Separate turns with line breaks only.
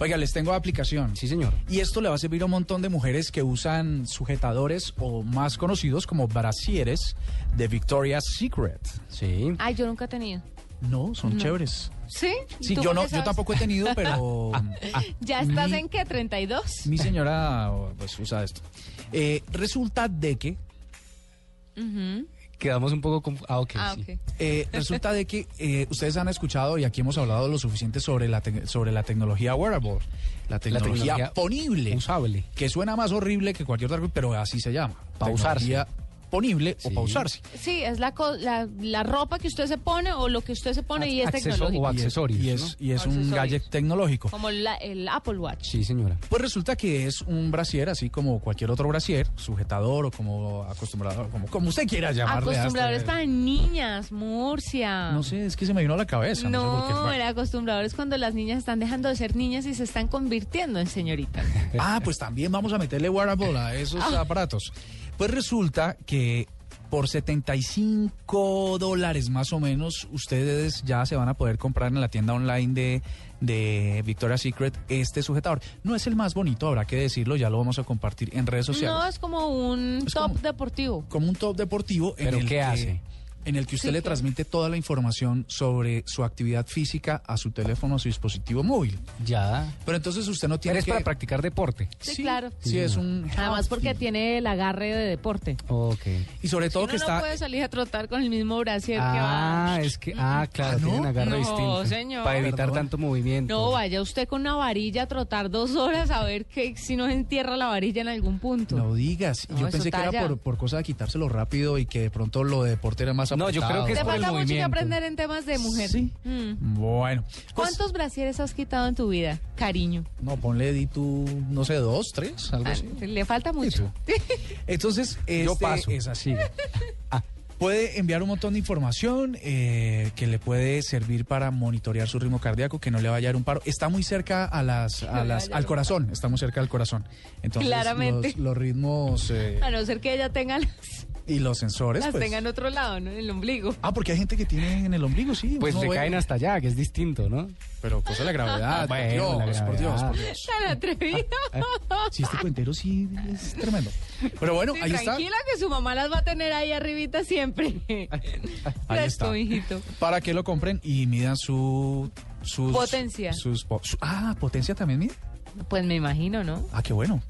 Oiga, les tengo aplicación.
Sí, señor.
Y esto le va a servir a un montón de mujeres que usan sujetadores o más conocidos como brasieres de Victoria's Secret.
Sí.
Ay, yo nunca he tenido.
No, son chéveres.
¿Sí?
Sí,
¿Tú
yo
por
no,
qué
yo
sabes?
tampoco he tenido, pero ah,
¿Ya estás
Mi-
en qué? ¿32?
mi señora pues usa esto. Eh, resulta de que
Ujú.
Quedamos un poco conf- Ah, ok.
Ah,
sí.
ok.
Eh, resulta de que eh, ustedes han escuchado y aquí hemos hablado lo suficiente sobre la, tec- sobre la tecnología wearable, la tecnología,
tecnología
ponible,
usable.
que suena más horrible que cualquier otra cosa, pero así se llama.
Pausarse.
Tecnología Ponible o
Sí.
pausarse.
Sí, es la, co- la, la ropa que usted se pone o lo que usted se pone y es
Acceso
tecnológico.
o
Y es-
accesorios.
Y es,
¿no?
y es un
Accesorios.
gadget tecnológico.
Como la- el Apple Watch.
Sí, señora.
Pues resulta que es un brasier, así como cualquier otro brasier, sujetador o como acostumbrado, como, como usted quiera llamarle. a este-
acostumbradores para niñas, Murcia.
No sé, es que se me vino a la cabeza. No, sé por qué
No,
fue.
el acostumbrador es cuando las niñas están dejando de ser niñas y se están convirtiendo en señoritas.
Ah, pues también vamos a meterle wearable a esos
Ah.
aparatos. Pues resulta que por 75 dólares más o menos, ustedes ya se van a poder comprar en la tienda online de, de Victoria's Secret este sujetador. No es el más bonito, habrá que decirlo, ya lo vamos a compartir en redes sociales.
No, es como un
Es
top
como-
deportivo.
Como un top deportivo en
¿Pero
el
qué
que,
hace?
En el que usted
Sí,
le
¿qué?
transmite toda la información sobre su actividad física a su teléfono, a su dispositivo móvil.
Ya.
Pero entonces usted no tiene
Eres
que...
para practicar deporte.
Sí, claro.
Ah, Sí, es un...
Además porque tiene el agarre de deporte.
Ok.
Y sobre todo
Uno
que está...
no puede salir a trotar con el mismo brasier que va.
Ah, es que. Ah, claro,
¿Ah, no?
tienen agarre
No,
distinto.
señor.
Para evitar
Perdón.
tanto movimiento.
No, vaya usted con una varilla a trotar dos horas a ver que si no entierra la varilla en algún punto.
No digas. Y
No,
yo
eso
pensé que era
talla.
por, por cosa de quitárselo rápido y que de pronto lo de deporte era más
No,
apretado.
yo creo que
Te
es por el
falta mucho que
movimiento.
aprender en temas de mujer.
Sí.
Mm.
Bueno. pues,
¿Cuántos brasieres has quitado en tu vida, cariño?
No, ponle di tú, no sé, dos, tres, algo
Ah,
así.
Le falta mucho.
Entonces, Pues,
Yo
este
paso.
es así. Puede enviar un montón de información eh, que le puede servir para monitorear su ritmo cardíaco, que no le vaya a dar un paro. Está muy cerca a las,
no
a
le
las,
vaya a dar
al
un
corazón, está muy cerca al corazón. Entonces,
Claramente.
Los, los ritmos eh,
A no ser que ella tenga las,
y los sensores.
las
pues-
tenga en otro lado, ¿no? En el ombligo.
Ah, porque hay gente que tiene en el ombligo, sí.
Pues
uno
le
ve-
caen hasta allá, que es distinto, ¿no?
Pero cosa de la gravedad, por
Ah, Bueno,
Dios,
la
por Dios,
gravedad.
por Dios.
Tan atrevida.
Si este cuentero sí es tremendo. Pero bueno,
Sí,
ahí está.
tranquila que su mamá las va a tener ahí arribita siempre.
Ahí
Fresco,
está.
mijito.
Para que lo compren y midan su sus
Potencia.
Sus, po- su- ah, potencia también mide.
Pues me imagino, ¿no?
Ah, qué bueno.